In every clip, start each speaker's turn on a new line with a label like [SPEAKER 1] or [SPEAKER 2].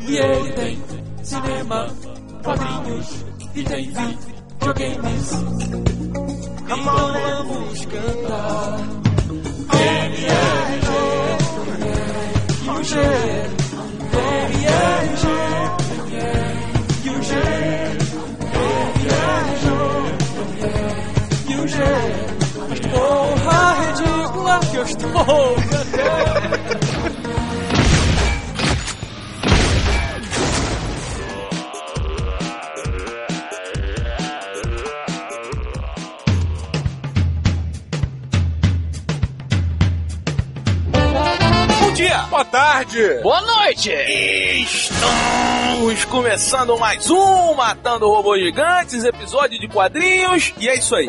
[SPEAKER 1] E ele tem cinema, quadrinhos e tem videogames. Então vamos cantar. MRG, UG, MRG, UG, MRG, UG. Mas que porra ridícula que eu estou cantando.
[SPEAKER 2] Bom dia, boa tarde.
[SPEAKER 3] Boa noite!
[SPEAKER 2] Estamos começando mais um Matando Robôs Gigantes, episódio de quadrinhos, e é isso aí.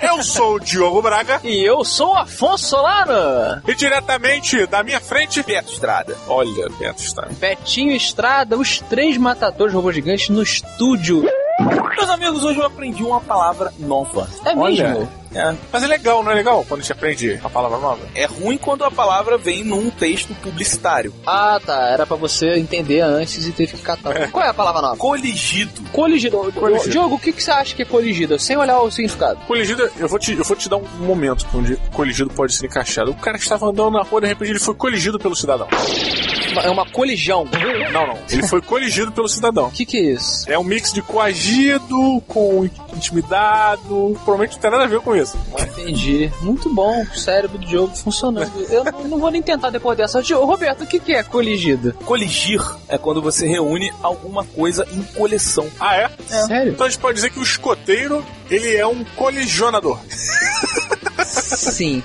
[SPEAKER 4] Eu sou o Diogo Braga
[SPEAKER 3] E eu sou o Afonso Solano.
[SPEAKER 4] e diretamente da minha frente.
[SPEAKER 2] Beto Estrada.
[SPEAKER 4] Olha, Beto está.
[SPEAKER 3] Betinho Estrada, os três matadores robôs gigantes no estúdio.
[SPEAKER 2] Meus amigos, hoje eu aprendi uma palavra nova.
[SPEAKER 3] É
[SPEAKER 4] Olha.
[SPEAKER 3] mesmo?
[SPEAKER 2] É,
[SPEAKER 4] Mas é legal, não é legal? Quando a gente aprende a palavra nova.
[SPEAKER 2] é ruim quando a palavra vem num texto publicitário.
[SPEAKER 3] Ah, tá. Era pra você entender antes e teve que catar. Qual é a palavra nova?
[SPEAKER 2] Coligido.
[SPEAKER 3] Coligido. Ô,
[SPEAKER 4] Coligido.
[SPEAKER 3] Diogo, o que, que você acha que é coligido? Sem olhar o significado.
[SPEAKER 4] Coligido, eu vou te, eu vou te dar um momento onde coligido pode ser encaixado. O cara que estava andando na rua, de repente, ele foi coligido pelo cidadão.
[SPEAKER 3] É uma colisão. O
[SPEAKER 4] Não, não. Ele foi coligido pelo cidadão.
[SPEAKER 3] que, que é isso?
[SPEAKER 4] É um mix de coagido com intimidado. Provavelmente não tem nada a ver com isso.
[SPEAKER 3] Ah, Entendi. Muito bom. O cérebro do Diogo funcionando. Eu não, não vou nem tentar depois dessa. Diogo, Roberto, o que, que é coligido?
[SPEAKER 2] Coligir é quando você reúne alguma coisa em coleção.
[SPEAKER 4] Ah, é?
[SPEAKER 3] Sério?
[SPEAKER 4] Então a gente pode dizer que o escoteiro, ele é um colisionador.
[SPEAKER 3] Sim.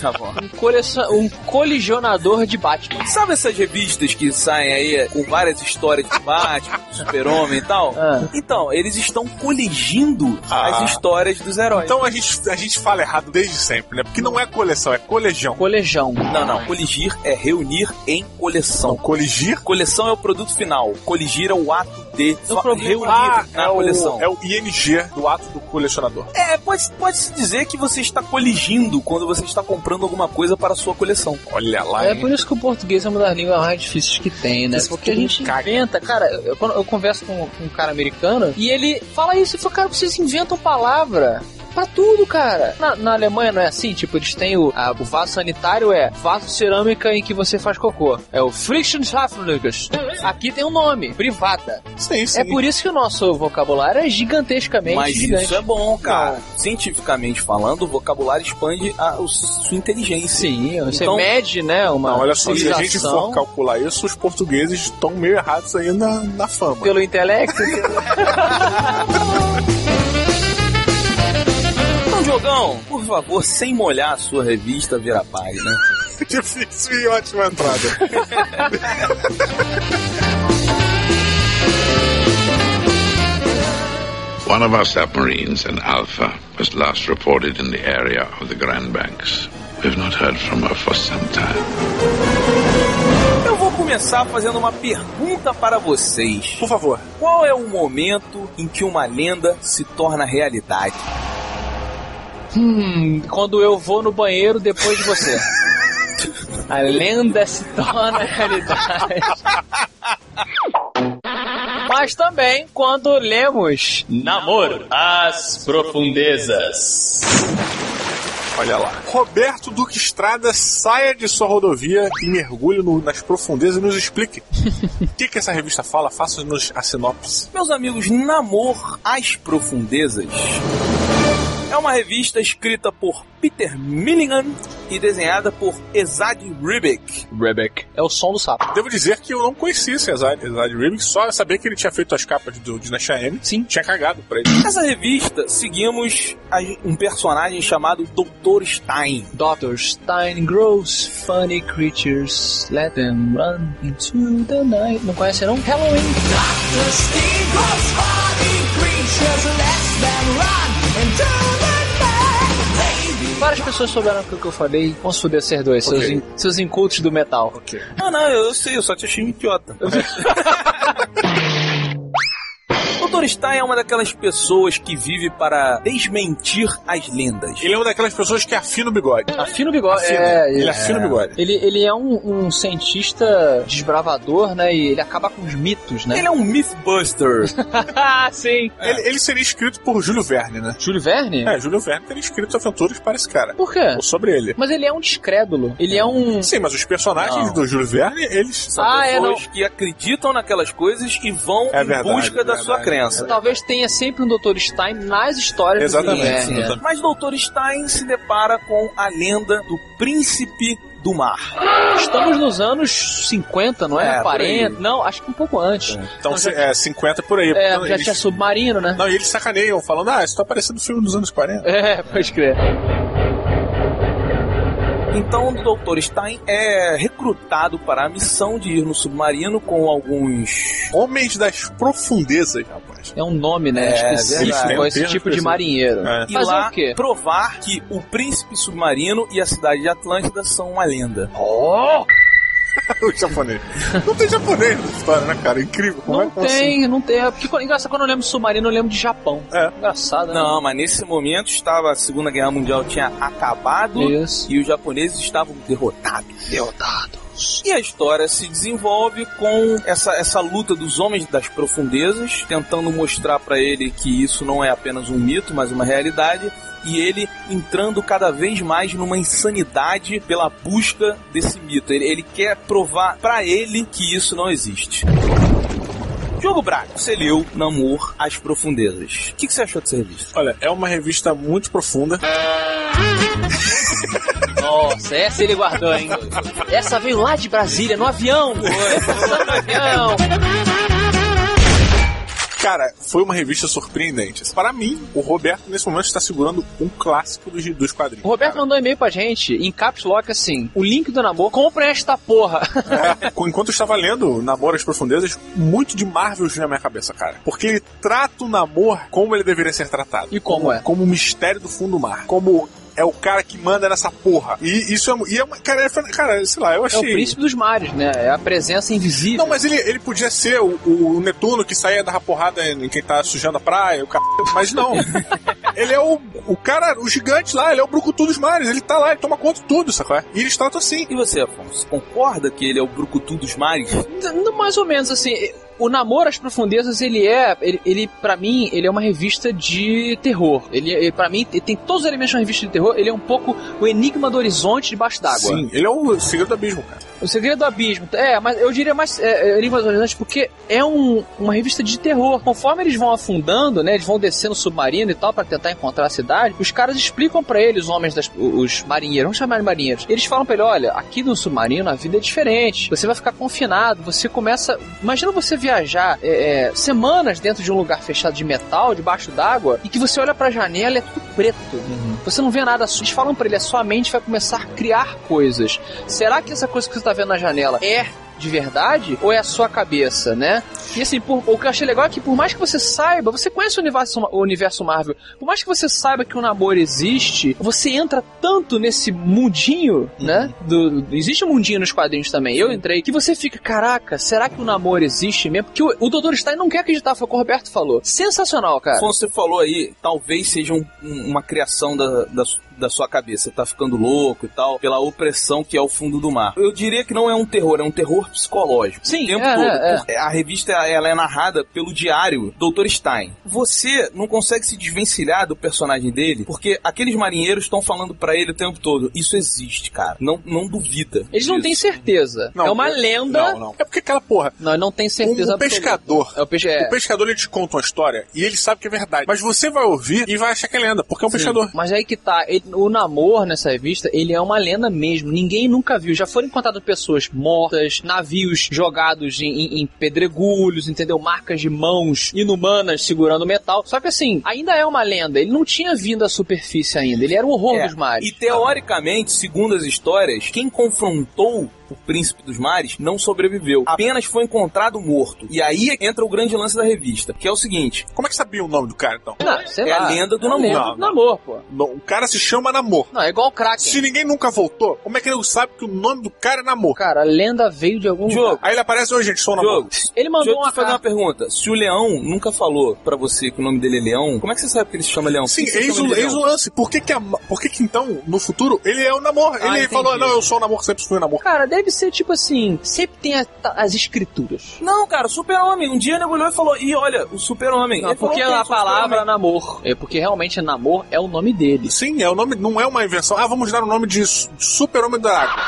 [SPEAKER 2] Tá bom.
[SPEAKER 3] um, colecion- um colisionador de Batman.
[SPEAKER 2] Sabe essas revistas que saem aí com várias histórias de Batman, Super-Homem e tal?
[SPEAKER 3] Ah.
[SPEAKER 2] Então, eles estão coligindo
[SPEAKER 4] Ah.
[SPEAKER 2] as histórias dos heróis.
[SPEAKER 4] Então a gente, a gente fala errado desde sempre, né? Porque não é coleção, é colegião.
[SPEAKER 3] Colejão.
[SPEAKER 2] Não, não. Coligir é reunir em coleção.
[SPEAKER 4] Não, coligir
[SPEAKER 2] Coleção é o produto final. Coligir é o ato de fa-
[SPEAKER 3] problema-
[SPEAKER 2] reunir
[SPEAKER 4] Ah,
[SPEAKER 2] na
[SPEAKER 4] é
[SPEAKER 2] coleção.
[SPEAKER 4] O, é o ING do ato do colecionador.
[SPEAKER 2] É, pode- pode-se dizer que você está coligindo quando você está comprando alguma coisa para a sua coleção.
[SPEAKER 4] Olha lá,
[SPEAKER 3] É
[SPEAKER 4] hein?
[SPEAKER 3] por isso que o português é uma das línguas mais difíceis que tem, né?
[SPEAKER 4] Isso
[SPEAKER 3] Porque a
[SPEAKER 4] todo
[SPEAKER 3] gente
[SPEAKER 4] mundo caga.
[SPEAKER 3] inventa, cara, eu, quando eu converso com, com um cara americano e ele fala isso, eu falo, cara, vocês inventam palavra. Pra tudo, cara. Na, na Alemanha não é assim, tipo, eles têm o, a- o vaso sanitário, é vaso cerâmica em que você faz cocô. É o Frischenschaffenlugas. Aqui tem um nome, privada.
[SPEAKER 4] Sim, sim.
[SPEAKER 3] É por isso que o nosso vocabulário é gigantescamente
[SPEAKER 2] Mas
[SPEAKER 3] gigante.
[SPEAKER 2] isso é bom, cara. Cientificamente falando, o vocabulário expande a, o- sua inteligência.
[SPEAKER 3] Sim, você
[SPEAKER 2] Então-
[SPEAKER 3] mede, né, uma
[SPEAKER 4] Não, olha só, se a gente
[SPEAKER 3] civilização
[SPEAKER 4] for calcular isso, os portugueses estão meio errados aí na, na fama.
[SPEAKER 3] pelo intelecto.
[SPEAKER 2] Então, Diogão, por favor, sem molhar a sua revista Vira Página.
[SPEAKER 4] Difícil e ótima entrada.
[SPEAKER 5] One of our submarines, an Alpha, was last reported in the area of the Grand Banks. We've not heard from her for some time.
[SPEAKER 2] Eu vou começar fazendo uma pergunta para vocês.
[SPEAKER 4] Por favor.
[SPEAKER 2] Qual é o momento em que uma lenda se torna realidade?
[SPEAKER 3] Hum, quando eu vou no banheiro depois de você. A lenda se torna realidade. Mas também quando lemos.
[SPEAKER 6] Namor às profundezas.
[SPEAKER 4] Olha lá. Roberto Duque Estrada, saia de sua rodovia e mergulhe no- nas profundezas e nos explique. O que, que essa revista fala? Faça-nos a sinopse.
[SPEAKER 2] Meus amigos, Namor às Profundezas é uma revista escrita por Peter Milligan e desenhada por Ezad Ribic.
[SPEAKER 3] Rebek. É o som do sapo.
[SPEAKER 4] Devo dizer que eu não conhecia esse Exad Ribic, só sabia que ele tinha feito as capas do Dinastia M.
[SPEAKER 3] Sim.
[SPEAKER 4] Tinha cagado pra ele.
[SPEAKER 2] Nessa revista, seguimos a- um personagem chamado Dr. Stein.
[SPEAKER 3] Dr. Stein grows funny creatures. Let them run into the night. Não conhece não? Halloween. Várias pessoas souberam o que eu falei. Vamos foder vocês dois, seus,
[SPEAKER 4] Ok.
[SPEAKER 3] in- seus incultos do metal.
[SPEAKER 2] Ah, não, eu sei, eu só te achei um idiota. Dr. Stein é uma daquelas pessoas que vive para desmentir as lendas.
[SPEAKER 4] Ele é uma daquelas pessoas que afina o bigode.
[SPEAKER 3] Afina o bigode.
[SPEAKER 4] Afina.
[SPEAKER 3] É,
[SPEAKER 4] ele afina o bigode.
[SPEAKER 3] Ele, ele é um, um cientista desbravador, né? E ele acaba com os mitos, né?
[SPEAKER 2] Ele é um Mythbuster.
[SPEAKER 4] é-
[SPEAKER 3] ah, sim.
[SPEAKER 4] Ele, ele seria escrito por Júlio Verne, né?
[SPEAKER 3] Júlio Verne?
[SPEAKER 4] É, Júlio Verne teria escrito aventuras para esse cara.
[SPEAKER 3] Por quê?
[SPEAKER 4] Ou sobre ele.
[SPEAKER 3] Mas ele é um descrédulo. Ele é um.
[SPEAKER 4] Sim, mas os personagens
[SPEAKER 2] Não.
[SPEAKER 4] do Júlio Verne, eles Então, são.
[SPEAKER 3] Ah, é, não.
[SPEAKER 2] pessoas que acreditam naquelas coisas e vão
[SPEAKER 4] É
[SPEAKER 2] em
[SPEAKER 4] verdade,
[SPEAKER 2] busca da
[SPEAKER 4] verdade.
[SPEAKER 2] sua crença.
[SPEAKER 3] Talvez tenha sempre um Dr. Stein nas histórias do
[SPEAKER 4] Exatamente,
[SPEAKER 3] É. Júlio
[SPEAKER 4] sim,
[SPEAKER 3] Verne.
[SPEAKER 4] exatamente.
[SPEAKER 2] Mas Dr. Stein se depara com a lenda do príncipe do mar.
[SPEAKER 3] Estamos nos anos 50, não é?
[SPEAKER 2] É, por
[SPEAKER 3] 40. Não, acho que um pouco antes.
[SPEAKER 4] Então, se- é 50 por aí.
[SPEAKER 3] É,
[SPEAKER 4] Então,
[SPEAKER 3] já
[SPEAKER 4] eles-
[SPEAKER 3] tinha submarino, né?
[SPEAKER 4] Não, e eles sacaneiam, falando, ah, isso tá parecendo filme dos anos 40.
[SPEAKER 3] É, pode crer.
[SPEAKER 2] Então o Dr. Stein é recrutado para a missão de ir no submarino com alguns
[SPEAKER 4] Homens das profundezas, rapaz.
[SPEAKER 3] É um nome, né?
[SPEAKER 2] É, verdade.
[SPEAKER 3] específico,
[SPEAKER 4] Tem um
[SPEAKER 3] a esse
[SPEAKER 4] termo
[SPEAKER 3] tipo de
[SPEAKER 4] específico.
[SPEAKER 3] marinheiro.
[SPEAKER 4] É.
[SPEAKER 2] e
[SPEAKER 3] Fazer
[SPEAKER 2] lá
[SPEAKER 3] o quê?
[SPEAKER 2] provar que o príncipe submarino e a cidade de Atlântida são uma lenda.
[SPEAKER 4] o japonês. Não tem japonês nessa história, né, cara? Incrível. Como
[SPEAKER 3] Não
[SPEAKER 4] é que consegue?
[SPEAKER 3] tem, não tem. É Porque quando- engraçado, quando eu lembro de submarino, eu lembro de Japão.
[SPEAKER 4] É.
[SPEAKER 3] Engraçado, né?
[SPEAKER 2] Não, mas nesse momento estava a Segunda Guerra Mundial tinha acabado
[SPEAKER 3] Isso.
[SPEAKER 2] e os japoneses estavam derrotados. E a história se desenvolve com essa, essa luta dos homens das profundezas, tentando mostrar pra ele que isso não é apenas um mito, mas uma realidade, e ele entrando cada vez mais numa insanidade pela busca desse mito. Ele, ele quer provar pra ele que isso não existe. Diogo Braga, você leu Namor As Profundezas. O que, que você achou dessa revista?
[SPEAKER 4] Olha, é uma revista muito profunda.
[SPEAKER 3] Nossa, essa ele guardou, hein? Essa veio lá de Brasília, no avião. Passando no avião.
[SPEAKER 4] Cara, foi uma revista surpreendente. Para mim, o Roberto, nesse momento, está segurando um clássico dos, dos quadrinhos.
[SPEAKER 3] O Roberto
[SPEAKER 4] cara.
[SPEAKER 3] mandou um e-mail pra gente, em caps lock, assim, o link do namoro, compra esta porra.
[SPEAKER 4] É, enquanto eu estava lendo Namor às Profundezas, muito de Marvel veio na minha cabeça, cara. Porque ele trata o Namor como ele deveria ser tratado.
[SPEAKER 3] E como é?
[SPEAKER 4] Como o mistério do fundo do mar. Como é o cara que manda nessa porra. E isso é... mu- E é uma, cara, é- cara, sei lá, eu
[SPEAKER 3] É
[SPEAKER 4] achei...
[SPEAKER 3] o príncipe dos mares, né? É a presença invisível.
[SPEAKER 4] Não, mas ele, ele podia ser o, o Netuno que saía da porrada em quem tá sujando a praia, o cara. Mas não. ele é o, o cara, o gigante lá, ele é o Brucutu dos mares, ele tá lá, ele toma conta de tudo, sacou? E eles tratam assim.
[SPEAKER 2] E você, Afonso, concorda que ele é o brucutu dos mares?
[SPEAKER 3] N- Mais ou menos assim. O Namoro às Profundezas, ele é. Ele, ele para mim, ele é uma revista de terror. Ele, ele para mim, ele tem todos os elementos de uma revista de terror. Ele é um pouco o enigma do horizonte debaixo d'água.
[SPEAKER 4] Sim, ele é o segredo do abismo, cara.
[SPEAKER 3] O Segredo do Abismo. É, mas eu diria mais é, é, Enigma dos Horizontes porque é um- uma revista de terror. Conforme eles vão afundando, né, eles vão descendo o submarino e tal pra tentar encontrar a cidade, os caras explicam pra eles, os homens, das, os marinheiros, vamos chamar de marinheiros. Eles falam pra ele, olha, aqui no submarino a vida é diferente. Você vai ficar confinado, você começa... Imagina você viajar é, é, semanas dentro de um lugar fechado de metal, debaixo d'água, e que você olha pra janela e é tudo preto. Você não vê nada. Eles falam pra ele, a sua mente vai começar a criar coisas. Será que essa coisa que você tá vendo na janela é de verdade ou é a sua cabeça, né? E assim, por- o que eu achei legal é que por mais que você saiba, você conhece o universo, o universo Marvel, por mais que você saiba que o namoro existe, você entra tanto nesse mundinho,
[SPEAKER 4] Uhum.
[SPEAKER 3] né? Do, do- existe um mundinho nos quadrinhos também, eu entrei, que você fica, caraca, será que o namoro existe mesmo? Porque o, o Dr. Stein não quer acreditar, foi o que o Roberto falou. Sensacional, cara.
[SPEAKER 2] Afonso, você falou aí, talvez seja um- um- uma criação da, da, su- da sua cabeça. Você tá ficando louco e tal, pela opressão que é o fundo do mar. Eu diria que não é um terror, é um terror psicológico.
[SPEAKER 3] Sim,
[SPEAKER 2] o tempo
[SPEAKER 3] é,
[SPEAKER 2] todo.
[SPEAKER 3] é, é.
[SPEAKER 2] Por- A revista ela é narrada pelo diário Dr. Stein. Você não consegue se desvencilhar do personagem dele, porque aqueles marinheiros estão falando pra ele o tempo todo. Isso existe, cara. Não, não duvida.
[SPEAKER 3] Eles não
[SPEAKER 2] disso."
[SPEAKER 3] têm certeza.
[SPEAKER 4] Não,
[SPEAKER 3] é uma
[SPEAKER 4] eu-
[SPEAKER 3] lenda.
[SPEAKER 4] Não, não. É porque aquela porra.
[SPEAKER 3] Não, não tem
[SPEAKER 4] Um,
[SPEAKER 3] certeza.
[SPEAKER 4] um pescador.
[SPEAKER 3] absoluta. É o peixe. é.
[SPEAKER 4] O pescador ele te conta uma história e ele sabe que é verdade. Mas você vai ouvir e vai achar que é lenda, porque é um pescador.
[SPEAKER 3] Mas aí que tá, ele- o namoro nessa revista, ele é uma lenda mesmo. Ninguém nunca viu. Já foram encontradas pessoas mortas, navios jogados em, em- em pedregulhos, entendeu? Marcas de mãos inumanas segurando metal. Só que assim, ainda é uma lenda. Ele não tinha vindo à superfície ainda. Ele era o horror
[SPEAKER 2] É,
[SPEAKER 3] dos mares.
[SPEAKER 2] E teoricamente, segundo as histórias, quem confrontou o príncipe dos mares, não sobreviveu.
[SPEAKER 3] Ah.
[SPEAKER 2] Apenas foi encontrado morto. E aí é entra o grande lance da revista, que é o seguinte:
[SPEAKER 4] Como é que sabia o nome do cara, então?
[SPEAKER 3] Não, sei
[SPEAKER 2] É a
[SPEAKER 3] lá.
[SPEAKER 2] lenda do
[SPEAKER 3] É a
[SPEAKER 2] namoro.
[SPEAKER 3] lenda do namoro, pô.
[SPEAKER 4] Não, o cara se chama Namor.
[SPEAKER 3] Não, é igual o Kraken.
[SPEAKER 4] Se ninguém nunca voltou, como é que ele sabe que o nome do cara é Namor?
[SPEAKER 3] Cara, a lenda veio de algum
[SPEAKER 2] Diogo,
[SPEAKER 3] lugar.
[SPEAKER 4] Aí ele aparece, oi gente, sou o Namor.
[SPEAKER 2] Diogo,
[SPEAKER 3] Tá Ele
[SPEAKER 2] Deixa
[SPEAKER 3] mandou
[SPEAKER 2] eu
[SPEAKER 3] uma
[SPEAKER 2] te fazer uma
[SPEAKER 3] carta.
[SPEAKER 2] pergunta. Se o Leão nunca falou pra você que o nome dele é Leão, como é que você sabe que ele se chama Leão?
[SPEAKER 4] Sim,
[SPEAKER 2] Por que você
[SPEAKER 4] eis
[SPEAKER 2] chama
[SPEAKER 4] o,
[SPEAKER 2] ele de
[SPEAKER 4] eis o
[SPEAKER 2] Leão?
[SPEAKER 4] lance. Por que que, a ma- por que que, então, no futuro, ele é o Namor? Ele
[SPEAKER 2] Ah, entendi.
[SPEAKER 4] falou, não, eu sou o Namor, sempre fui o Namor.
[SPEAKER 3] Cara, deve ser tipo assim, sempre tem a- ta- as escrituras.
[SPEAKER 2] Não, cara, super-homem. Um dia ele olhou e falou, e olha, o super-homem.
[SPEAKER 3] Não,
[SPEAKER 2] Ele falou, "Ok,
[SPEAKER 3] porque
[SPEAKER 2] sou
[SPEAKER 3] a
[SPEAKER 2] super-homem."
[SPEAKER 3] palavra namor. É porque realmente namor é o nome dele.
[SPEAKER 4] Sim, é o nome, não é uma invenção. Ah, vamos dar o nome de su- Super-Homem da Água.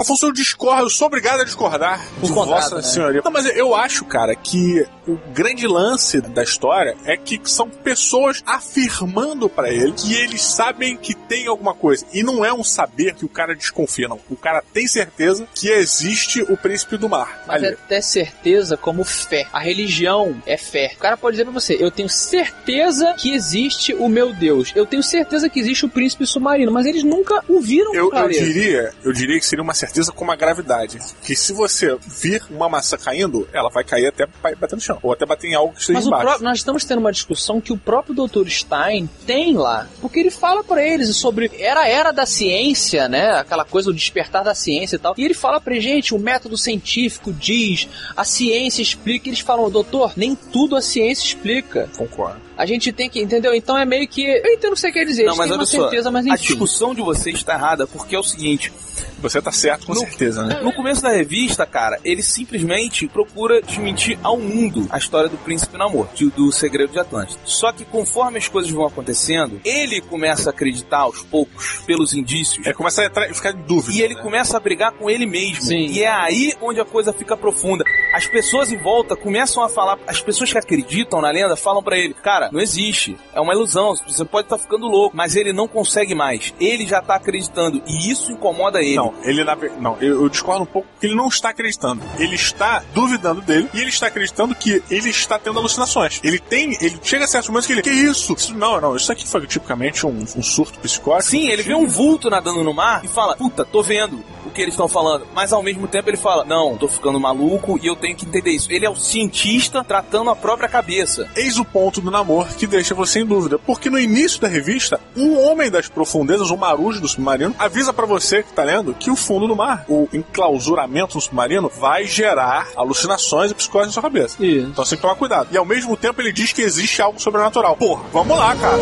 [SPEAKER 4] Afonso, eu discordo, eu sou obrigado a discordar
[SPEAKER 3] Por
[SPEAKER 4] de
[SPEAKER 3] contrato,
[SPEAKER 4] Vossa
[SPEAKER 3] né?
[SPEAKER 4] Senhoria. Não, mas eu acho, cara, que o grande lance da história é que são pessoas afirmando pra ele que eles sabem que tem alguma coisa. E não é um saber que o cara desconfia, não. O cara tem certeza que existe o príncipe do mar.
[SPEAKER 3] Mas
[SPEAKER 4] ali.
[SPEAKER 3] é ter certeza como fé. A religião é fé. O cara pode dizer pra você, eu tenho certeza que existe o meu Deus. Eu tenho certeza que existe o príncipe submarino. Mas eles nunca o viram
[SPEAKER 4] Eu,
[SPEAKER 3] cara.
[SPEAKER 4] eu diria, eu diria que seria uma certeza como a gravidade. Que se você vir uma massa caindo, ela vai cair até pa- bater no chão. Ou até bater em algo que esteja
[SPEAKER 3] Mas o
[SPEAKER 4] embaixo.
[SPEAKER 3] próprio- nós estamos tendo uma discussão que o próprio Dr. Stein tem lá. Porque ele fala pra eles sobre. Era a era da ciência, né? Aquela coisa do despertar da ciência e tal. E ele fala pra gente: o método científico diz, a ciência explica. E eles falam: doutor, nem tudo a ciência explica.
[SPEAKER 4] Concordo.
[SPEAKER 3] A gente tem que. Entendeu? Então é meio que. Eu entendo o que você quer dizer.
[SPEAKER 2] Não,
[SPEAKER 3] eles
[SPEAKER 2] mas
[SPEAKER 3] têm
[SPEAKER 2] olha
[SPEAKER 3] uma
[SPEAKER 2] só,
[SPEAKER 3] certeza, mas
[SPEAKER 2] a
[SPEAKER 3] enfim.
[SPEAKER 2] discussão de vocês está errada, porque é o seguinte,
[SPEAKER 4] Você tá certo com
[SPEAKER 2] Não.
[SPEAKER 4] certeza, né?
[SPEAKER 2] No começo da revista, cara, ele simplesmente procura desmentir ao mundo a história do príncipe Namor, de- do segredo de Atlântida. Só que conforme as coisas vão acontecendo, ele começa a acreditar aos poucos pelos indícios.
[SPEAKER 4] É, começa a entrar- ficar em dúvida.
[SPEAKER 2] E ele
[SPEAKER 4] né?
[SPEAKER 2] começa a brigar com ele mesmo.
[SPEAKER 3] Sim.
[SPEAKER 2] E é aí onde a coisa fica profunda. As pessoas em volta começam a falar, as pessoas que acreditam na lenda falam pra ele: "Cara, não existe. É uma ilusão. Você pode estar ficando louco, mas ele não consegue mais. Ele já tá acreditando e isso incomoda ele."
[SPEAKER 4] Não, ele na ver- não, eu, eu discordo um pouco porque ele não está acreditando. Ele está duvidando dele e ele está acreditando que ele está tendo alucinações. Ele tem, ele chega a certos momentos que ele, que isso? Isso- não, não, isso aqui foi tipicamente um, um surto psicótico. tipo
[SPEAKER 2] Sim, ele vê um vulto nadando no mar e fala: Puta, tô vendo o que eles estão falando. Mas ao mesmo tempo ele fala: Não, tô ficando maluco e eu tenho que entender isso. Ele é o cientista tratando a própria cabeça.
[SPEAKER 4] Eis o ponto do namoro que deixa você em dúvida, porque no início da revista, um homem das profundezas, um marujo do submarino, avisa pra você que tá lendo que o fundo do mar, o enclausuramento do submarino, vai gerar alucinações e psicose na sua cabeça.
[SPEAKER 3] Isso.
[SPEAKER 4] Então você tem que tomar cuidado. E ao mesmo tempo ele diz que existe algo sobrenatural. Porra, vamos lá, cara.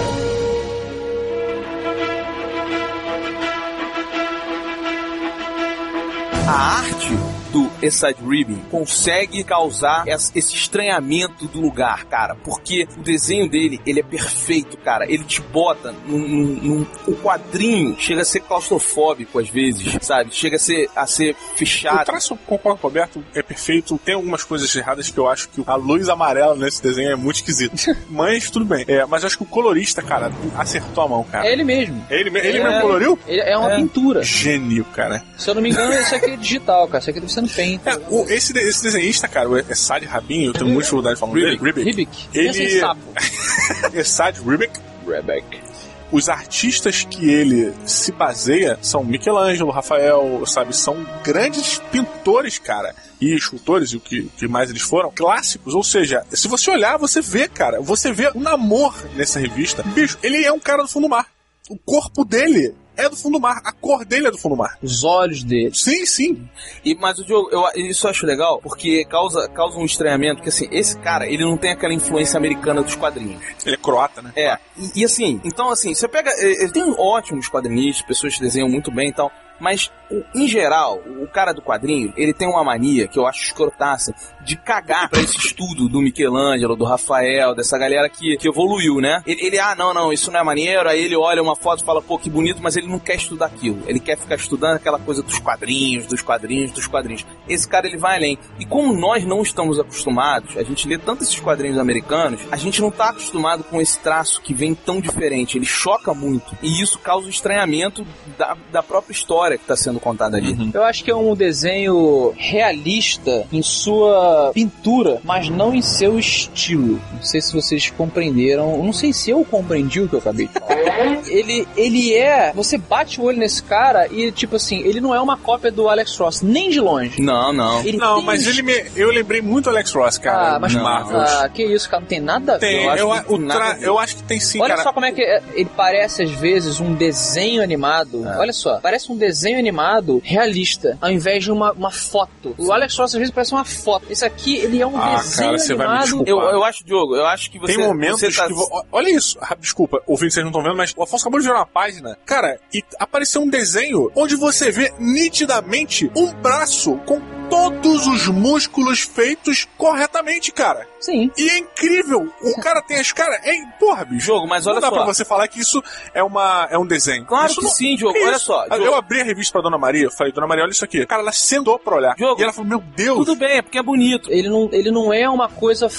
[SPEAKER 2] A arte do Inside Ribbon consegue causar es- esse estranhamento do lugar, cara, porque o desenho dele, ele é perfeito, cara. Ele te bota num, num- num- o quadrinho chega a ser claustrofóbico às vezes, sabe? Chega a ser a ser
[SPEAKER 4] O
[SPEAKER 2] fechado.
[SPEAKER 4] traço, concordo com o Roberto, é perfeito. Tem algumas coisas erradas que eu acho que a luz amarela nesse desenho é muito esquisita. mas tudo bem. É, mas eu acho que o colorista, cara, acertou a mão, cara.
[SPEAKER 3] É ele mesmo.
[SPEAKER 4] Ele, me- ele
[SPEAKER 3] É.
[SPEAKER 4] mesmo coloriu?
[SPEAKER 3] Ele é uma
[SPEAKER 2] É.
[SPEAKER 3] pintura.
[SPEAKER 4] Gênio, cara.
[SPEAKER 3] Se eu não me engano, isso aqui é digital, cara. Isso aqui deve ser no Paint.
[SPEAKER 4] É, o- esse, de- esse desenhista, cara, o Essad Rabin, eu tenho muita dificuldade de falar o nome dele. Ribic.
[SPEAKER 3] Ribic.
[SPEAKER 4] Ele-
[SPEAKER 3] Pensa em sapo.
[SPEAKER 4] Essad Ribic. Os artistas que ele se baseia são Michelangelo, Rafael, sabe? São grandes pintores, cara. E escultores, e o que, o que mais eles foram, clássicos. Ou seja, se você olhar, você vê, cara. Você vê o namor nessa revista. Bicho, ele é um cara do fundo do mar. O corpo dele é do fundo do mar. A cor dele é do fundo do mar.
[SPEAKER 3] Os olhos dele.
[SPEAKER 4] Sim, sim.
[SPEAKER 2] E, mas o Diogo, eu, isso eu acho legal, porque causa, causa um estranhamento, porque assim, esse cara, ele não tem aquela influência americana dos quadrinhos.
[SPEAKER 4] Ele é croata, né?
[SPEAKER 2] É, e, e assim, então assim, você pega. é, é, tem ótimos quadrinistas, pessoas que desenham muito bem e tal. Mas, o- em geral, o cara do quadrinho, ele tem uma mania, que eu acho escrotaça, de cagar pra esse estudo do Michelangelo, do Rafael, dessa galera que, que evoluiu, né? Ele, ele, ah, não, não, isso não é maneiro. Aí ele olha uma foto e fala, pô, que bonito, mas ele não quer estudar aquilo. Ele quer ficar estudando aquela coisa dos quadrinhos, dos quadrinhos, dos quadrinhos. Esse cara, ele vai além. E como nós não estamos acostumados, a gente lê tanto esses quadrinhos americanos, a gente não tá acostumado com esse traço que vem tão diferente. Ele choca muito. E isso causa o estranhamento da, da própria história história que tá sendo contada ali.
[SPEAKER 3] Eu acho que é um desenho realista em sua pintura, mas não em seu estilo. Não sei se vocês compreenderam. eu Não sei se eu compreendi o que eu acabei de falar. ele, ele é. Você bate o olho nesse cara e, tipo assim, ele não é uma cópia do Alex Ross, nem de longe.
[SPEAKER 2] Não, não.
[SPEAKER 3] Ele
[SPEAKER 4] Não,
[SPEAKER 3] tem um
[SPEAKER 4] mas ele me, eu lembrei muito Alex Ross, cara.
[SPEAKER 3] Ah, mas
[SPEAKER 4] dos Marvels.
[SPEAKER 3] Ah, que isso, cara, não tem nada a
[SPEAKER 4] tem,
[SPEAKER 3] ver.
[SPEAKER 4] eu,
[SPEAKER 2] acho
[SPEAKER 4] a-
[SPEAKER 2] que
[SPEAKER 4] o
[SPEAKER 2] nada
[SPEAKER 4] tra-
[SPEAKER 2] a ver.
[SPEAKER 4] eu acho que tem sim,
[SPEAKER 3] Olha
[SPEAKER 4] cara.
[SPEAKER 3] só como é que é- ele parece às vezes um desenho animado.
[SPEAKER 4] É.
[SPEAKER 3] Olha só, parece um desenho animado realista, ao invés de uma, uma foto. O Alex Ross às vezes parece uma foto. Esse aqui, ele é um
[SPEAKER 4] Ah,
[SPEAKER 3] desenho
[SPEAKER 4] cara, você vai me
[SPEAKER 3] animado.
[SPEAKER 4] desculpar.
[SPEAKER 2] Eu, eu acho, Diogo, eu acho que você.
[SPEAKER 4] Tem momentos
[SPEAKER 2] você tá-
[SPEAKER 4] que. vo- o- Olha isso. Ah, Desculpa, ouvindo, vocês não estão vendo, mas o Afonso acabou de virar uma página. Cara, e apareceu um desenho onde você vê nitidamente um braço com todos os músculos feitos corretamente, cara.
[SPEAKER 3] Sim.
[SPEAKER 4] E é incrível. O cara tem as caras. É, porra, bicho.
[SPEAKER 2] Diogo, mas
[SPEAKER 4] não
[SPEAKER 2] olha
[SPEAKER 4] dá pra
[SPEAKER 2] só.
[SPEAKER 4] você falar que isso é, uma, é um desenho.
[SPEAKER 2] Claro
[SPEAKER 4] Isso
[SPEAKER 2] que
[SPEAKER 4] não-
[SPEAKER 2] sim, Diogo.
[SPEAKER 4] que
[SPEAKER 2] Olha
[SPEAKER 4] isso? Ah,
[SPEAKER 2] só.
[SPEAKER 4] Eu
[SPEAKER 2] Diogo,
[SPEAKER 4] abri a revista pra Dona Maria, eu falei, Dona Maria, olha isso aqui. Cara, ela sentou pra olhar.
[SPEAKER 2] Diogo,
[SPEAKER 4] e ela falou, meu Deus.
[SPEAKER 2] tudo bem, é porque é bonito.
[SPEAKER 3] Ele não, ele não é uma coisa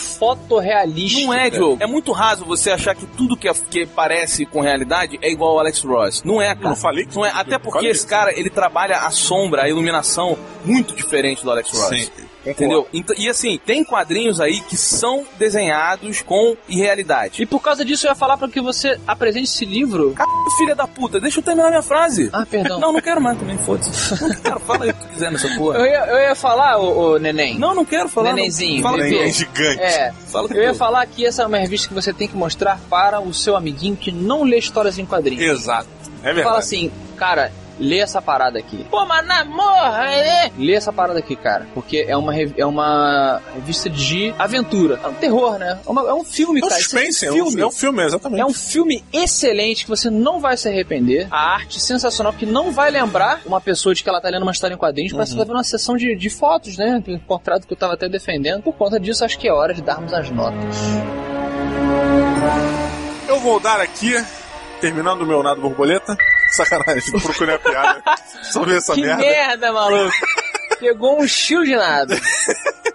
[SPEAKER 3] fotorrealista.
[SPEAKER 2] Não é, Diogo. É muito raso você achar que tudo que, é- que parece com realidade é igual ao Alex Ross. Não é,
[SPEAKER 4] Eu
[SPEAKER 2] cara.
[SPEAKER 4] não falei que
[SPEAKER 2] Não é,
[SPEAKER 4] tudo.
[SPEAKER 2] até porque
[SPEAKER 4] Olha
[SPEAKER 2] esse
[SPEAKER 4] isso.
[SPEAKER 2] cara, ele trabalha a sombra, a iluminação muito diferente do Alex Ross.
[SPEAKER 4] Sim.
[SPEAKER 2] Entendeu? Então- e assim, tem quadrinhos aí que são desenhados com irrealidade.
[SPEAKER 3] E por causa disso eu ia falar pra que você apresente esse livro.
[SPEAKER 2] E filha da puta, deixa eu terminar minha frase.
[SPEAKER 3] Ah, perdão.
[SPEAKER 2] Não, não quero mais também, foda-se. Cara, fala aí o que tu quiser nessa
[SPEAKER 3] Eu
[SPEAKER 2] porra.
[SPEAKER 3] ia, eu ia falar, ô, ô, neném.
[SPEAKER 2] Não, não quero falar. não.
[SPEAKER 3] Nenenzinho,
[SPEAKER 2] Fala
[SPEAKER 4] Ela
[SPEAKER 3] neném.
[SPEAKER 2] tu.
[SPEAKER 4] É gigante.
[SPEAKER 3] É,
[SPEAKER 2] Fala tu.
[SPEAKER 3] eu ia falar que essa é uma revista que você tem que mostrar para o seu amiguinho que não lê histórias em quadrinhos.
[SPEAKER 4] Exato. É verdade.
[SPEAKER 3] fala assim, cara, lê essa parada aqui. Pô, mas na morra, é? Lê essa parada aqui, cara. Porque é uma, rev- é uma revista de aventura. É um terror, né? É, uma- é um filme,
[SPEAKER 4] É um
[SPEAKER 3] cara. Isso
[SPEAKER 4] suspense, é um
[SPEAKER 3] é um filme.
[SPEAKER 4] é um filme, exatamente.
[SPEAKER 3] É um filme excelente que você não vai se arrepender. A arte sensacional que não vai lembrar uma pessoa de que ela tá lendo uma história em quadrinhos. Parece que
[SPEAKER 4] Uhum.
[SPEAKER 3] tá vendo uma sessão de, de fotos, né? Aquele contrato que eu tava até defendendo. Por conta disso, acho que é hora de darmos as notas.
[SPEAKER 4] Eu vou dar aqui, terminando o meu nado borboleta. Sacanagem, procurei a piada. Só ver essa
[SPEAKER 3] que
[SPEAKER 4] merda.
[SPEAKER 3] merda, maluco! Pegou um estilo de nada.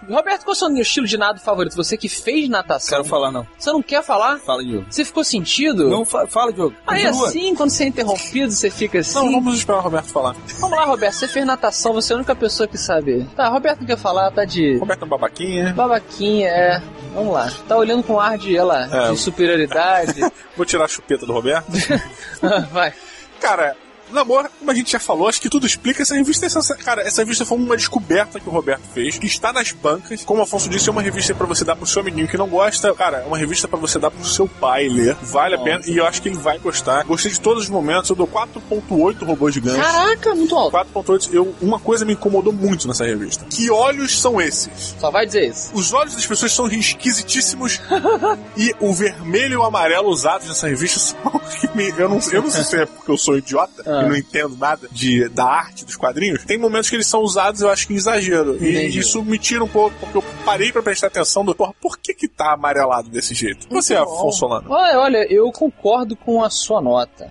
[SPEAKER 3] Roberto, qual é o seu estilo de nado favorito? Você que fez natação.
[SPEAKER 2] Quero falar, não.
[SPEAKER 3] Você não quer falar?
[SPEAKER 2] Fala, Diogo.
[SPEAKER 3] Você ficou sentido?
[SPEAKER 2] Não, fa- fala, Diogo.
[SPEAKER 3] Aí
[SPEAKER 2] Continua.
[SPEAKER 3] assim, quando você é interrompido, você fica assim.
[SPEAKER 4] Não, vamos esperar o Roberto falar.
[SPEAKER 3] Vamos lá, Roberto. Você fez natação, você é a única pessoa que sabe. Tá, Roberto não quer falar, tá de
[SPEAKER 4] Roberto é um babaquinha.
[SPEAKER 3] babaquinha, é. Vamos lá. Tá olhando com ar de, ela,
[SPEAKER 4] É.
[SPEAKER 3] de superioridade.
[SPEAKER 4] Vou tirar a chupeta do Roberto.
[SPEAKER 3] Vai.
[SPEAKER 4] Cara, Namor, como a gente já falou, acho que tudo explica. Essa revista, essa, cara, essa revista foi uma descoberta que o Roberto fez, que está nas bancas. Como o Afonso disse, é uma revista pra você dar pro seu amiguinho que não gosta. Cara, é uma revista pra você dar pro seu pai ler. Vale a pena e eu acho que ele vai gostar. Gostei de todos os momentos. Eu dou 4.8 robôs de gancho.
[SPEAKER 3] Caraca, muito alto.
[SPEAKER 4] 4.8, eu, uma coisa me incomodou muito nessa revista. Que olhos são esses?
[SPEAKER 3] Só vai dizer isso.
[SPEAKER 4] Os olhos das pessoas são esquisitíssimos e o vermelho e o amarelo usados nessa revista são o que me, eu, não, eu não sei se é porque eu sou idiota
[SPEAKER 3] Ah.
[SPEAKER 4] e não entendo nada de, da arte dos quadrinhos. Tem momentos que eles são usados, eu acho que em exagero.
[SPEAKER 3] Entendi.
[SPEAKER 4] E isso me tira um pouco, porque eu parei pra prestar atenção do porra, por que que tá amarelado desse jeito? Você, é
[SPEAKER 3] Muito bom.
[SPEAKER 4] Afonso Solano.
[SPEAKER 3] Olha, olha, eu concordo com a sua nota.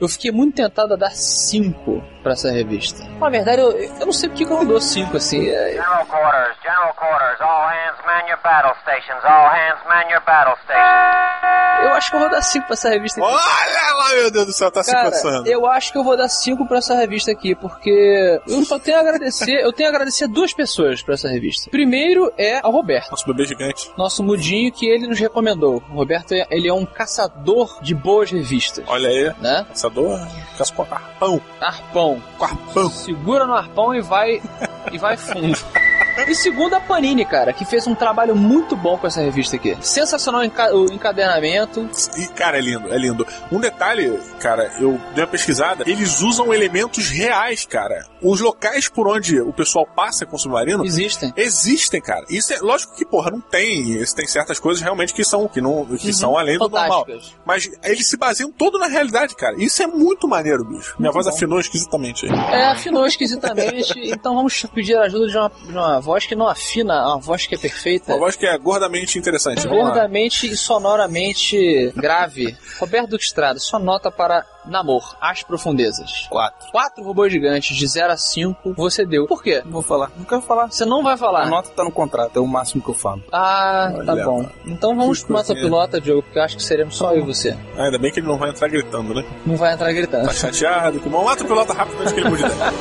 [SPEAKER 3] Eu fiquei muito tentado a dar 5 pra essa revista. Na verdade, eu, eu não sei porque que eu não dou 5 assim. É,
[SPEAKER 7] General quarters, general quarters, all hands man your battle stations, all hands man your battle stations.
[SPEAKER 3] Eu acho que eu vou dar 5 pra essa revista aqui.
[SPEAKER 4] Olha lá, meu Deus do céu, tá se
[SPEAKER 3] Cara,
[SPEAKER 4] coçando.
[SPEAKER 3] eu acho que eu vou dar 5 pra essa revista aqui, porque eu só tenho a agradecer, eu tenho a agradecer duas pessoas pra essa revista. Primeiro é ao Roberto.
[SPEAKER 4] Nosso bebê gigante.
[SPEAKER 3] Nosso mudinho que ele nos recomendou. O Roberto, ele é um caçador de boas revistas,
[SPEAKER 4] Olha aí,
[SPEAKER 3] né?
[SPEAKER 4] caçador, caça com arpão,
[SPEAKER 3] Arpão.
[SPEAKER 4] com arpão.
[SPEAKER 3] segura no arpão e vai e vai fundo. E segundo a Panini, cara, que fez um trabalho muito bom com essa revista aqui. Sensacional o enca- o encadernamento.
[SPEAKER 4] E, cara, é lindo, é lindo. Um detalhe, cara, eu dei uma pesquisada, eles usam elementos reais, cara. Os locais por onde o pessoal passa com o submarino
[SPEAKER 3] Existem.
[SPEAKER 4] existem, cara. Isso é lógico que, porra, não tem. Isso tem certas coisas realmente que são que não que são além do normal.
[SPEAKER 3] Uhum. Fantásticas.
[SPEAKER 4] Mas eles se baseiam todo na realidade, cara. Isso é muito maneiro, bicho. Minha voz
[SPEAKER 3] bom.
[SPEAKER 4] afinou esquisitamente aí.
[SPEAKER 3] É, afinou esquisitamente. então vamos pedir a ajuda de uma, de uma voz que não afina, a voz que é perfeita.
[SPEAKER 4] Uma voz que é gordamente
[SPEAKER 2] é
[SPEAKER 3] É
[SPEAKER 4] interessante. vamos lá.
[SPEAKER 3] Gordamente e sonoramente grave. Roberto Duque Estrada, sua nota para Namor, As Profundezas.
[SPEAKER 2] Quatro.
[SPEAKER 3] Quatro robôs gigantes de 0 a 5 você deu. Por quê?
[SPEAKER 2] Não vou falar. Não quero falar.
[SPEAKER 3] Você não vai
[SPEAKER 2] A
[SPEAKER 3] falar.
[SPEAKER 2] nota tá no contrato, é o máximo que eu falo.
[SPEAKER 3] Ah, tá
[SPEAKER 4] Olha,
[SPEAKER 3] bom. Então vamos
[SPEAKER 4] que
[SPEAKER 3] pro Mata
[SPEAKER 4] coisinha.
[SPEAKER 3] Pilota, Diogo, porque eu acho que seremos só eu e você.
[SPEAKER 4] Ah, Ainda bem que ele não vai entrar gritando, né?
[SPEAKER 3] Não vai entrar gritando.
[SPEAKER 4] Tá chateado, que bom. Mata o pilota rápido antes que ele mude de ideia.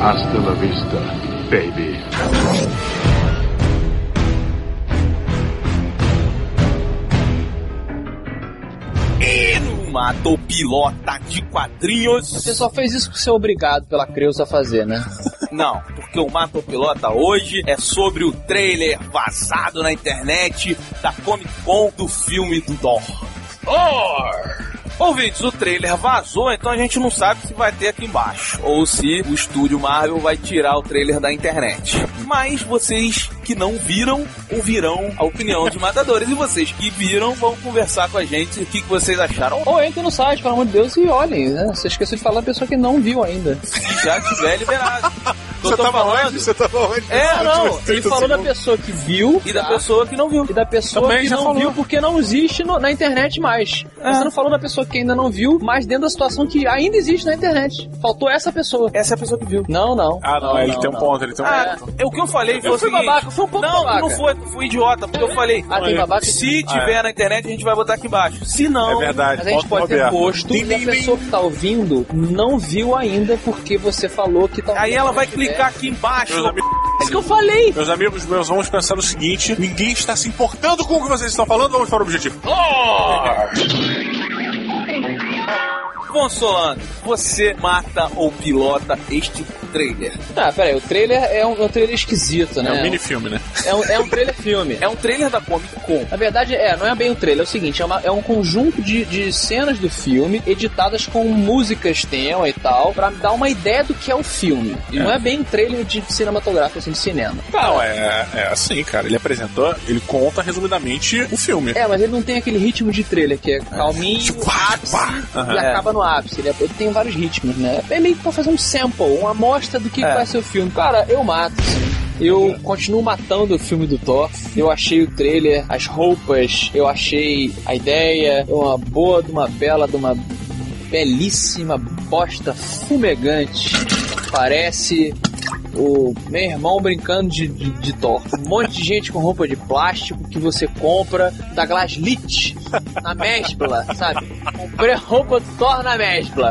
[SPEAKER 5] Hasta la vista, baby.
[SPEAKER 2] Matou pilota de
[SPEAKER 3] Você
[SPEAKER 2] quadrinhos.
[SPEAKER 3] só fez isso porque você é obrigado pela Creus a fazer, né?
[SPEAKER 2] Não, porque o Matou Pilota hoje é sobre o trailer vazado na internet da Comic Con do filme do Dor. Ouvintes, o trailer vazou, então a gente não sabe se vai ter aqui embaixo. Ou se o estúdio Marvel vai tirar o trailer da internet. Mas vocês que não viram, ouvirão a opinião de matadores. E vocês que viram, vão conversar com a gente o que, que vocês acharam.
[SPEAKER 3] Ou entrem no site, pelo amor de Deus, e olhem, né? Você esqueceu de falar a pessoa que não viu ainda.
[SPEAKER 2] Se já tiver liberado. Eu
[SPEAKER 4] Você tá
[SPEAKER 2] tô
[SPEAKER 4] tava
[SPEAKER 2] falando.
[SPEAKER 4] onde? Você tava onde?
[SPEAKER 2] É,
[SPEAKER 3] Não, ele falou da pessoa que viu
[SPEAKER 2] E da pessoa que não viu.
[SPEAKER 3] e da pessoa
[SPEAKER 4] Também
[SPEAKER 3] que
[SPEAKER 4] já
[SPEAKER 3] não
[SPEAKER 4] falou.
[SPEAKER 3] viu porque não existe no- na internet mais. Você não falou da pessoa que ainda não viu, mas dentro da situação que ainda existe na internet. Faltou essa pessoa.
[SPEAKER 2] Essa é a pessoa que viu.
[SPEAKER 3] Não, não.
[SPEAKER 4] Ah, não, ele tem um
[SPEAKER 3] não.
[SPEAKER 4] ponto, ele tem um
[SPEAKER 2] Ah,
[SPEAKER 4] ponto.
[SPEAKER 2] é o que eu falei foi
[SPEAKER 3] Eu
[SPEAKER 2] o
[SPEAKER 3] fui
[SPEAKER 2] seguinte.
[SPEAKER 3] babaca, foi um pouco
[SPEAKER 2] não,
[SPEAKER 3] babaca.
[SPEAKER 2] não foi, fui idiota, porque eu falei.
[SPEAKER 3] Ah, tem babaca?
[SPEAKER 2] Se tiver na internet, a gente vai botar aqui embaixo. Se não,
[SPEAKER 4] É verdade,
[SPEAKER 3] Mas a gente
[SPEAKER 4] ponto
[SPEAKER 3] pode ter
[SPEAKER 4] Roberto.
[SPEAKER 3] posto
[SPEAKER 4] Din,
[SPEAKER 3] e a
[SPEAKER 4] din,
[SPEAKER 3] pessoa
[SPEAKER 4] din.
[SPEAKER 3] que tá ouvindo não viu ainda porque você falou que tá É
[SPEAKER 2] aí ela vai clicar aqui embaixo.
[SPEAKER 4] Meus amigos,
[SPEAKER 3] Isso que eu falei!
[SPEAKER 4] meus amigos meus, vamos pensar no seguinte: ninguém está se importando com o que vocês estão falando, vamos para o objetivo.
[SPEAKER 2] Consolando, você mata ou pilota este trailer.
[SPEAKER 3] Ah, peraí, o trailer é um, é um trailer esquisito, né?
[SPEAKER 4] É um minifilme, né?
[SPEAKER 3] É um- é um trailer filme.
[SPEAKER 2] É um trailer da Comic Con.
[SPEAKER 3] Na verdade, é, não é bem um trailer, é o seguinte, é, uma- é um conjunto de, de cenas do filme editadas com músicas tema e tal, pra dar uma ideia do que é o filme. E não é bem um trailer de cinematográfico, assim, de cinema.
[SPEAKER 4] Não, é, é assim, cara. Ele apresentou, ele conta resumidamente o filme.
[SPEAKER 3] É, mas ele não tem aquele ritmo de trailer que é calminho,
[SPEAKER 4] Tipo, pá,
[SPEAKER 3] ápice
[SPEAKER 4] tipo, pá.
[SPEAKER 3] e
[SPEAKER 2] É.
[SPEAKER 3] acaba no ápice. Ele, é- ele tem vários ritmos, né? É meio que pra fazer um sample, uma amostra do que
[SPEAKER 2] É.
[SPEAKER 3] vai ser o filme. Cara, eu mato, sim. Eu continuo matando o filme do Thor. Eu achei o trailer, as roupas, eu achei a ideia, é uma boa, de uma bela, de uma belíssima bosta fumegante. Parece o meu irmão brincando de, de, de Thor. Um monte de gente com roupa de plástico que você compra da Glaslit na Mespla, sabe? Comprei a é roupa do Thor na Mespla.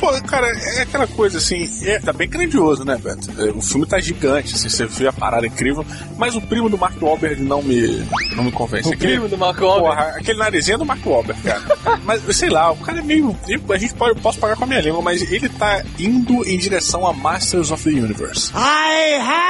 [SPEAKER 4] Pô, cara, é aquela coisa assim, é, tá bem grandioso, né, Beto? É, O filme tá gigante, assim, você vê a parada incrível, mas o primo do Mark Wahlberg não me, não me convence.
[SPEAKER 3] O
[SPEAKER 4] Aquele-
[SPEAKER 3] primo do Malcolm.
[SPEAKER 4] Porra, aquele narizinho é do Mark Wahlberg, cara. mas, sei lá, o cara é meio... eu- A gente pode, eu posso pagar com a minha língua, mas ele tá indo em direção a Masters of the Universe.
[SPEAKER 3] Ah.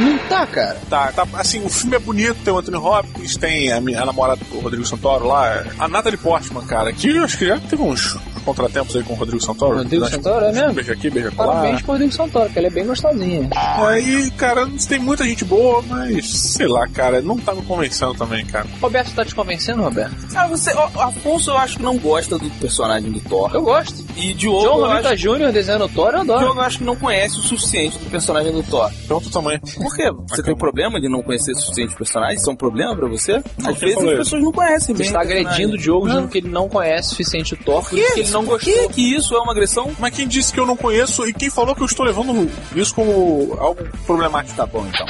[SPEAKER 3] Não tá, cara.
[SPEAKER 4] Tá, tá, assim, o filme é bonito, tem o Anthony Hopkins, tem a minha a namorada do Rodrigo Santoro lá, a Natalie Portman, cara, que eu acho que já teve uns contratempos aí com o Rodrigo Santoro.
[SPEAKER 3] Rodrigo
[SPEAKER 4] Acho-
[SPEAKER 3] Santoro, é mesmo?
[SPEAKER 4] Beija aqui, beija lá.
[SPEAKER 3] Parabéns pro Rodrigo Santoro, que ela é bem gostosinha.
[SPEAKER 4] Aí, cara, tem muita gente boa, mas sei lá, cara, não tá me convencendo também, cara.
[SPEAKER 3] Roberto, tá te convencendo, Roberto?
[SPEAKER 2] Ah, você, o- o Afonso, eu acho que não gosta do personagem do Thor.
[SPEAKER 3] Eu gosto.
[SPEAKER 2] E
[SPEAKER 3] John
[SPEAKER 2] Diogo, eu acho,
[SPEAKER 3] Romita Jr. desenhando o Thor, eu adoro.
[SPEAKER 2] Diogo, eu acho que não conhece o suficiente do personagem do Thor.
[SPEAKER 4] Pronto também.
[SPEAKER 2] Por quê? Você
[SPEAKER 4] Bacana.
[SPEAKER 2] tem problema de não conhecer o suficiente de personagens? Isso é um problema pra você? Às vezes as
[SPEAKER 4] falou
[SPEAKER 2] pessoas não conhecem
[SPEAKER 3] Você
[SPEAKER 2] bem.
[SPEAKER 3] está
[SPEAKER 2] o personagem.
[SPEAKER 3] agredindo o Diogo
[SPEAKER 2] Não.
[SPEAKER 3] dizendo que ele não conhece o suficiente o Thor, por isso que ele não
[SPEAKER 2] Por
[SPEAKER 3] gostou.
[SPEAKER 2] que que isso é uma agressão?
[SPEAKER 4] Mas quem disse que eu não conheço e quem falou que eu estou levando isso como algo problemático?
[SPEAKER 2] Tá bom, então.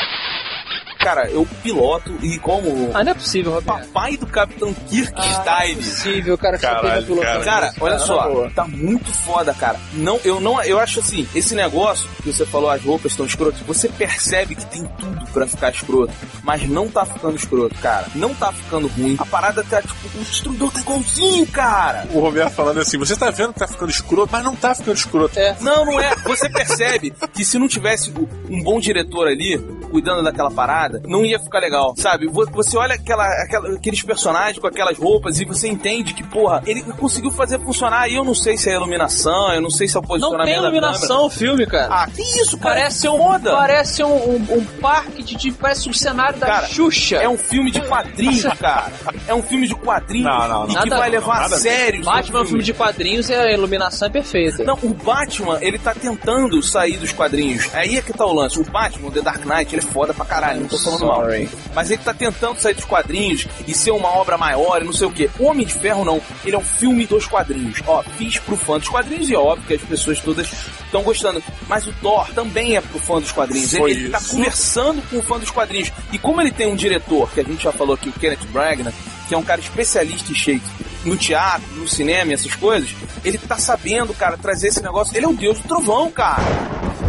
[SPEAKER 2] Cara, eu piloto e como
[SPEAKER 3] Ah, não é possível, Roberto.
[SPEAKER 2] papai do Capitão Kirk
[SPEAKER 3] Não é
[SPEAKER 2] Style.
[SPEAKER 3] possível, cara, que
[SPEAKER 4] Caralho,
[SPEAKER 3] você teve a piloto.
[SPEAKER 2] Ah. Cara, olha
[SPEAKER 3] na
[SPEAKER 2] só,
[SPEAKER 3] boa.
[SPEAKER 2] tá muito foda, cara. Não, eu não, eu acho assim, esse negócio que você falou, as roupas estão escrotas, você percebe que tem tudo pra ficar escroto, mas não tá ficando escroto, cara. Não tá ficando ruim. A parada tá tipo, o destruidor tá igualzinho, cara.
[SPEAKER 4] O Roberto falando assim, você tá vendo que tá ficando escroto, mas não tá ficando escroto.
[SPEAKER 3] É.
[SPEAKER 2] Não, não é. Você percebe que se não tivesse o- um bom diretor ali,
[SPEAKER 4] cuidando daquela parada, não ia ficar legal, sabe? Vo- Você olha aquela, aquela- aqueles personagens com aquelas roupas e você entende que, porra, ele conseguiu fazer funcionar e eu não sei se é a iluminação, eu não sei se é o
[SPEAKER 3] Não
[SPEAKER 4] posicionamento
[SPEAKER 3] tem
[SPEAKER 4] da câmera.
[SPEAKER 3] iluminação o filme, cara.
[SPEAKER 4] Ah, que isso, cara?
[SPEAKER 3] parece
[SPEAKER 4] que
[SPEAKER 3] um,
[SPEAKER 4] foda.
[SPEAKER 3] parece um, um- um parque de, de- Parece um cenário da
[SPEAKER 4] Cara,
[SPEAKER 3] Xuxa.
[SPEAKER 4] É um filme de quadrinhos, cara. É um filme de quadrinhos
[SPEAKER 8] Não, não, não.
[SPEAKER 4] e que
[SPEAKER 3] Nada-
[SPEAKER 4] vai levar
[SPEAKER 8] nada
[SPEAKER 4] a
[SPEAKER 8] a ver.
[SPEAKER 4] sério. o seu
[SPEAKER 3] Batman é um filme de quadrinhos e a iluminação é perfeita.
[SPEAKER 4] Não, o Batman, ele tá tentando sair dos quadrinhos. Aí é que tá o lance. O Batman, The Dark Knight, ele é foda pra caralho, não tô falando
[SPEAKER 3] Sorry.
[SPEAKER 4] mal. Mas ele tá tentando sair dos quadrinhos e ser uma obra maior e não sei o quê. O Homem de Ferro, não. Ele é um filme dos quadrinhos. Ó, fiz pro fã dos quadrinhos e é óbvio que as pessoas todas estão gostando. Mas o Thor também é pro fã dos quadrinhos. Ele,
[SPEAKER 8] Foi
[SPEAKER 4] ele tá
[SPEAKER 8] isso.
[SPEAKER 4] conversando com o fã dos quadrinhos. E como ele tem um diretor, que a gente já falou aqui, o Kenneth Branagh, que é um cara especialista em Shakespeare, no teatro, no cinema e essas coisas, ele tá sabendo, cara, trazer esse negócio. Ele é o deus do trovão, cara.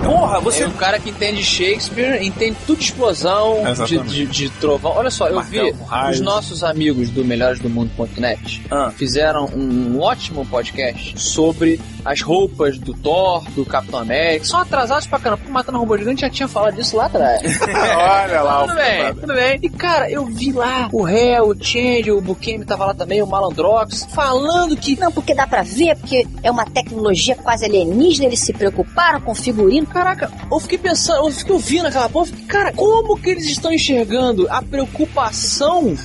[SPEAKER 4] Porra, você.
[SPEAKER 3] É um cara que entende Shakespeare, entende tudo de explosão, de,
[SPEAKER 8] Exatamente.
[SPEAKER 3] de- de trovão. Olha só, eu vi
[SPEAKER 8] Martelo, raio.
[SPEAKER 3] os nossos amigos do melhoresdomundo.net
[SPEAKER 4] Ah.
[SPEAKER 3] fizeram um ótimo podcast sobre as roupas do Thor, do Capitão América. São atrasados pra caramba, porque o Matando Robô Gigante já tinha falado disso lá atrás.
[SPEAKER 8] Olha lá, o
[SPEAKER 3] Tudo bem, tudo bem. E cara, eu vi lá o Ré, o Change, o Bukemi tava lá também, o Malandrox, falando que.
[SPEAKER 9] Não, porque dá pra ver, porque é uma tecnologia quase alienígena, eles se preocuparam com figurino.
[SPEAKER 3] Caraca, eu fiquei pensando, eu fiquei ouvindo aquela porra, eu fiquei, cara, como que eles estão enxergando a preocupação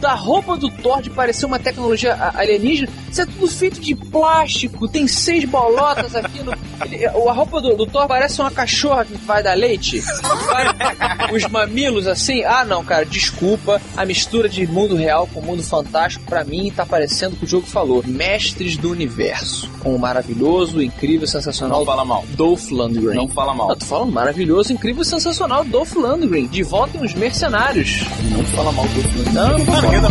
[SPEAKER 3] da roupa do Thor de parecer uma tecnologia a- alienígena? Isso é tudo feito de plástico, tem seis bolotas aqui no. ele- a roupa do, do Thor parece uma cachorra que vai dar leite. Vai- os mamilos assim. Ah, não, cara, desculpa. A mistura de mundo real com mundo fantástico, pra mim, tá parecendo o que o jogo falou. Mestres do universo. Com o maravilhoso, incrível, sensacional
[SPEAKER 4] Não fala mal.
[SPEAKER 3] Dolph Lundgren.
[SPEAKER 4] Não fala mal.
[SPEAKER 3] Eu tô falando um maravilhoso, incrível, sensacional. Dolph Lundgren, de volta em Os Mercenários. Não fala mal do Dolph Lundgren. Não, não fala mal.
[SPEAKER 4] tá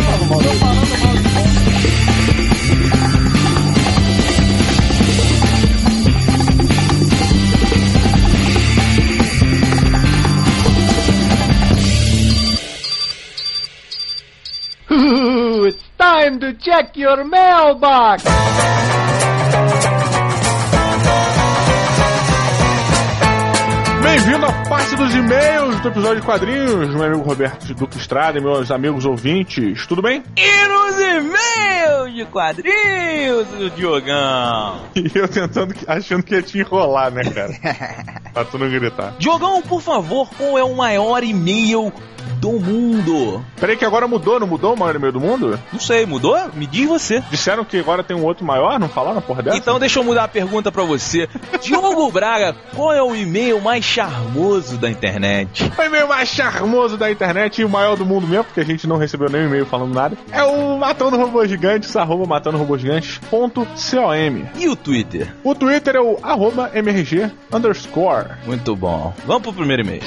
[SPEAKER 8] Bem-vindo à parte dos e-mails do episódio de quadrinhos, meu amigo Roberto Duque Estrada e meus amigos ouvintes. Tudo bem?
[SPEAKER 2] E nos e-mails de quadrinhos do Diogão.
[SPEAKER 8] E eu tentando, achando que ia te enrolar, né, cara? pra tu não gritar.
[SPEAKER 2] Diogão, por favor, qual é o maior e-mail do mundo?
[SPEAKER 8] Peraí que agora mudou, não mudou o maior e-mail do mundo?
[SPEAKER 2] Não sei, mudou? Me diz você.
[SPEAKER 8] Disseram que agora tem um outro maior, não falaram a porra dessa?
[SPEAKER 2] Então deixa eu mudar a pergunta pra você. Diogo Braga, qual é o e-mail mais charmoso da internet?
[SPEAKER 8] O e-mail mais charmoso da internet e o maior do mundo mesmo, porque a gente não recebeu nenhum e-mail falando nada. É o Matando Robô Gigantes, arroba matandorobogigantes.com.
[SPEAKER 2] E o Twitter?
[SPEAKER 8] O Twitter é o arroba mrg underscore.
[SPEAKER 2] Muito bom. Vamos pro primeiro e-mail.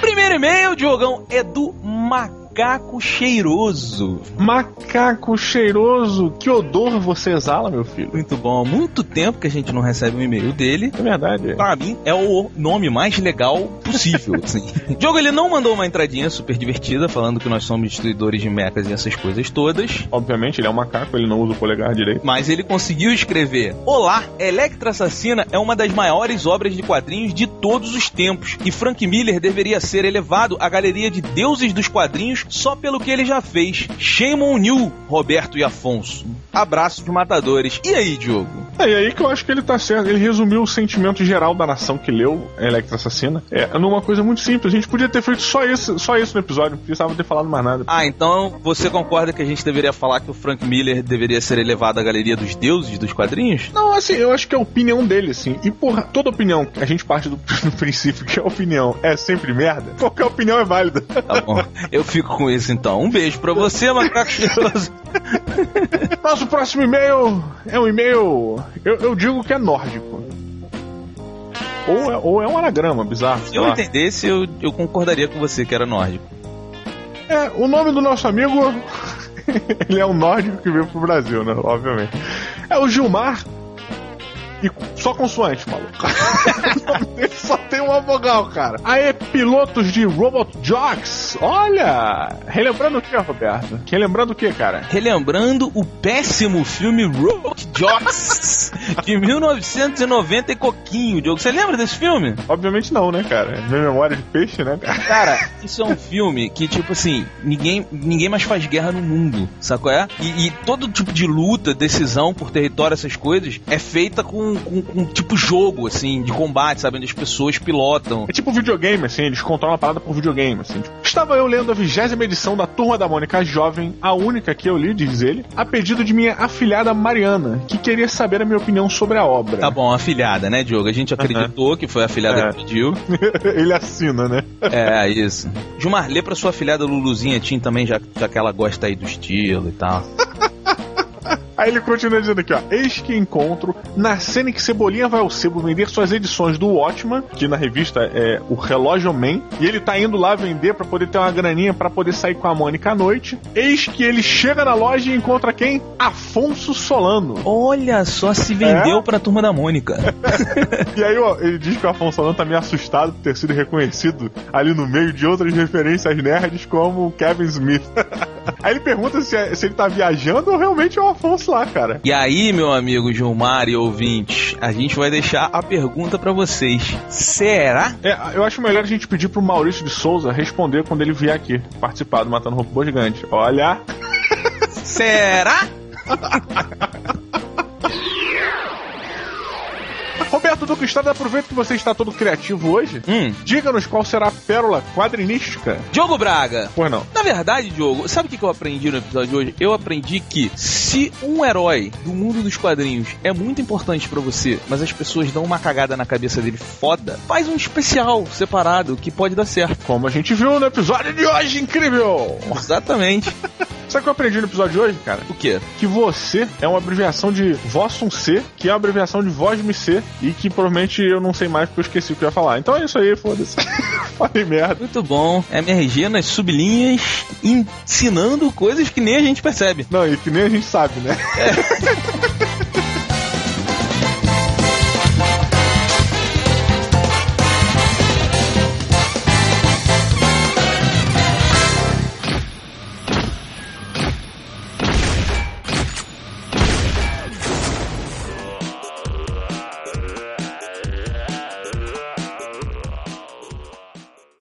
[SPEAKER 2] Primeiro e-mail, Diogão, é do Macaco Cheiroso.
[SPEAKER 8] Macaco cheiroso, que odor você exala, meu filho.
[SPEAKER 2] Muito bom. Há muito tempo que a gente não recebe um e-mail dele.
[SPEAKER 8] É verdade.
[SPEAKER 2] Pra mim, é o nome mais legal possível, assim. Diogo, ele não mandou uma entradinha super divertida, falando que nós somos destruidores de mechas e essas coisas todas.
[SPEAKER 8] Obviamente, ele é um macaco, ele não usa o polegar direito.
[SPEAKER 2] Mas ele conseguiu escrever: Olá, Electra Assassina é uma das maiores obras de quadrinhos de todos os tempos, e Frank Miller deveria ser elevado à galeria de deuses dos quadrinhos só pelo que ele já fez. Shame on you, Roberto e Afonso. Abraço de matadores. E aí, Diogo?
[SPEAKER 8] É, e aí que eu acho que ele tá certo. Ele resumiu o sentimento geral da nação que leu Electra Assassina. É, numa coisa muito simples. A gente podia ter feito só isso, só isso no episódio. Não precisava ter falado mais nada.
[SPEAKER 2] Ah, então você concorda que a gente deveria falar que o Frank Miller deveria ser elevado à galeria dos deuses dos quadrinhos?
[SPEAKER 8] Não, assim, eu acho que é a opinião dele, assim. E, porra, toda opinião, a gente parte do, do princípio que a opinião é sempre merda. Qualquer opinião é válida.
[SPEAKER 2] Tá bom. Eu fico com isso então. Um beijo pra você, macaco cheiroso.
[SPEAKER 8] Nosso próximo e-mail é um e-mail. Eu, eu digo que é nórdico. Ou é, ou é um anagrama bizarro.
[SPEAKER 2] Se
[SPEAKER 8] sei
[SPEAKER 2] eu
[SPEAKER 8] lá.
[SPEAKER 2] entendesse, eu, eu concordaria com você que era nórdico.
[SPEAKER 8] É, o nome do nosso amigo. ele é um nórdico que veio pro Brasil, né? Obviamente. É o Gilmar e só consoante, maluco. O nome dele só tem uma vogal, cara. Aí, pilotos de Robot Jocks. Olha! Relembrando o que, Roberto? Relembrando o que, cara?
[SPEAKER 2] Relembrando o péssimo filme Rock Jocks de 1990 e coquinho, Diogo. Você lembra desse filme?
[SPEAKER 8] Obviamente não, né, cara? Minha memória de peixe, né, cara?
[SPEAKER 2] Cara, isso é um filme que, tipo assim, ninguém, ninguém mais faz guerra no mundo, saco é? E, e todo tipo de luta, decisão por território, essas coisas, é feita com, com, com, tipo jogo, assim, de combate, sabe? Onde as pessoas pilotam.
[SPEAKER 8] É tipo videogame, assim, eles controlam a parada por videogame, assim. Tipo, Estava eu lendo a vigésima edição da Turma da Mônica Jovem, a única que eu li, diz ele, a pedido de minha afilhada Mariana, que queria saber a minha opinião sobre a obra.
[SPEAKER 2] Tá bom, afilhada, né, Diogo? A gente acreditou que foi a afilhada
[SPEAKER 8] É.
[SPEAKER 2] que pediu.
[SPEAKER 8] Ele assina, né?
[SPEAKER 2] É, isso. Gilmar, lê pra sua afilhada Luluzinha Tim também, já, já que ela gosta aí do estilo e tal.
[SPEAKER 8] Aí ele continua dizendo aqui, ó. Eis que encontro na cena em que Cebolinha vai ao sebo vender suas edições do Watchman, que na revista é o Relógio Man, e ele tá indo lá vender pra poder ter uma graninha pra poder sair com a Mônica à noite. Eis que ele chega na loja e encontra quem? Afonso Solano.
[SPEAKER 2] Olha só, se vendeu pra turma da Mônica.
[SPEAKER 8] E aí, ó, ele diz que o Afonso Solano tá meio assustado por ter sido reconhecido ali no meio de outras referências nerds como Kevin Smith. aí ele pergunta se, é- se ele tá viajando ou realmente é o Afonso lá, cara.
[SPEAKER 2] E aí, meu amigo Gilmar e ouvintes, a gente vai deixar a pergunta pra vocês. Será?
[SPEAKER 8] É, eu acho melhor a gente pedir pro Maurício de Souza responder quando ele vier aqui, participar do Matando Robô Gigante. Olha,
[SPEAKER 2] Será?
[SPEAKER 8] Roberto Duque Estrada, aproveita que você está todo criativo hoje.
[SPEAKER 2] Hum,
[SPEAKER 8] Diga-nos qual será a pérola quadrinística.
[SPEAKER 2] Diogo Braga.
[SPEAKER 8] Pois não.
[SPEAKER 2] Na verdade, Diogo, sabe o que que eu aprendi no episódio de hoje? Eu aprendi que se um herói do mundo dos quadrinhos é muito importante pra você, mas as pessoas dão uma cagada na cabeça dele foda, faz um especial separado que pode dar certo.
[SPEAKER 8] Como a gente viu no episódio de hoje, incrível!
[SPEAKER 2] Exatamente.
[SPEAKER 8] Sabe o que eu aprendi no episódio de hoje, cara?
[SPEAKER 2] O quê?
[SPEAKER 8] Que você é uma abreviação de Vossum C, que é uma abreviação de Voz Me C, e que provavelmente eu não sei mais porque eu esqueci o que eu ia falar. Então é isso aí, foda-se. Falei merda.
[SPEAKER 2] Muito bom. É MRG nas sublinhas ensinando coisas que nem a gente percebe.
[SPEAKER 8] Não, e que nem a gente sabe, né?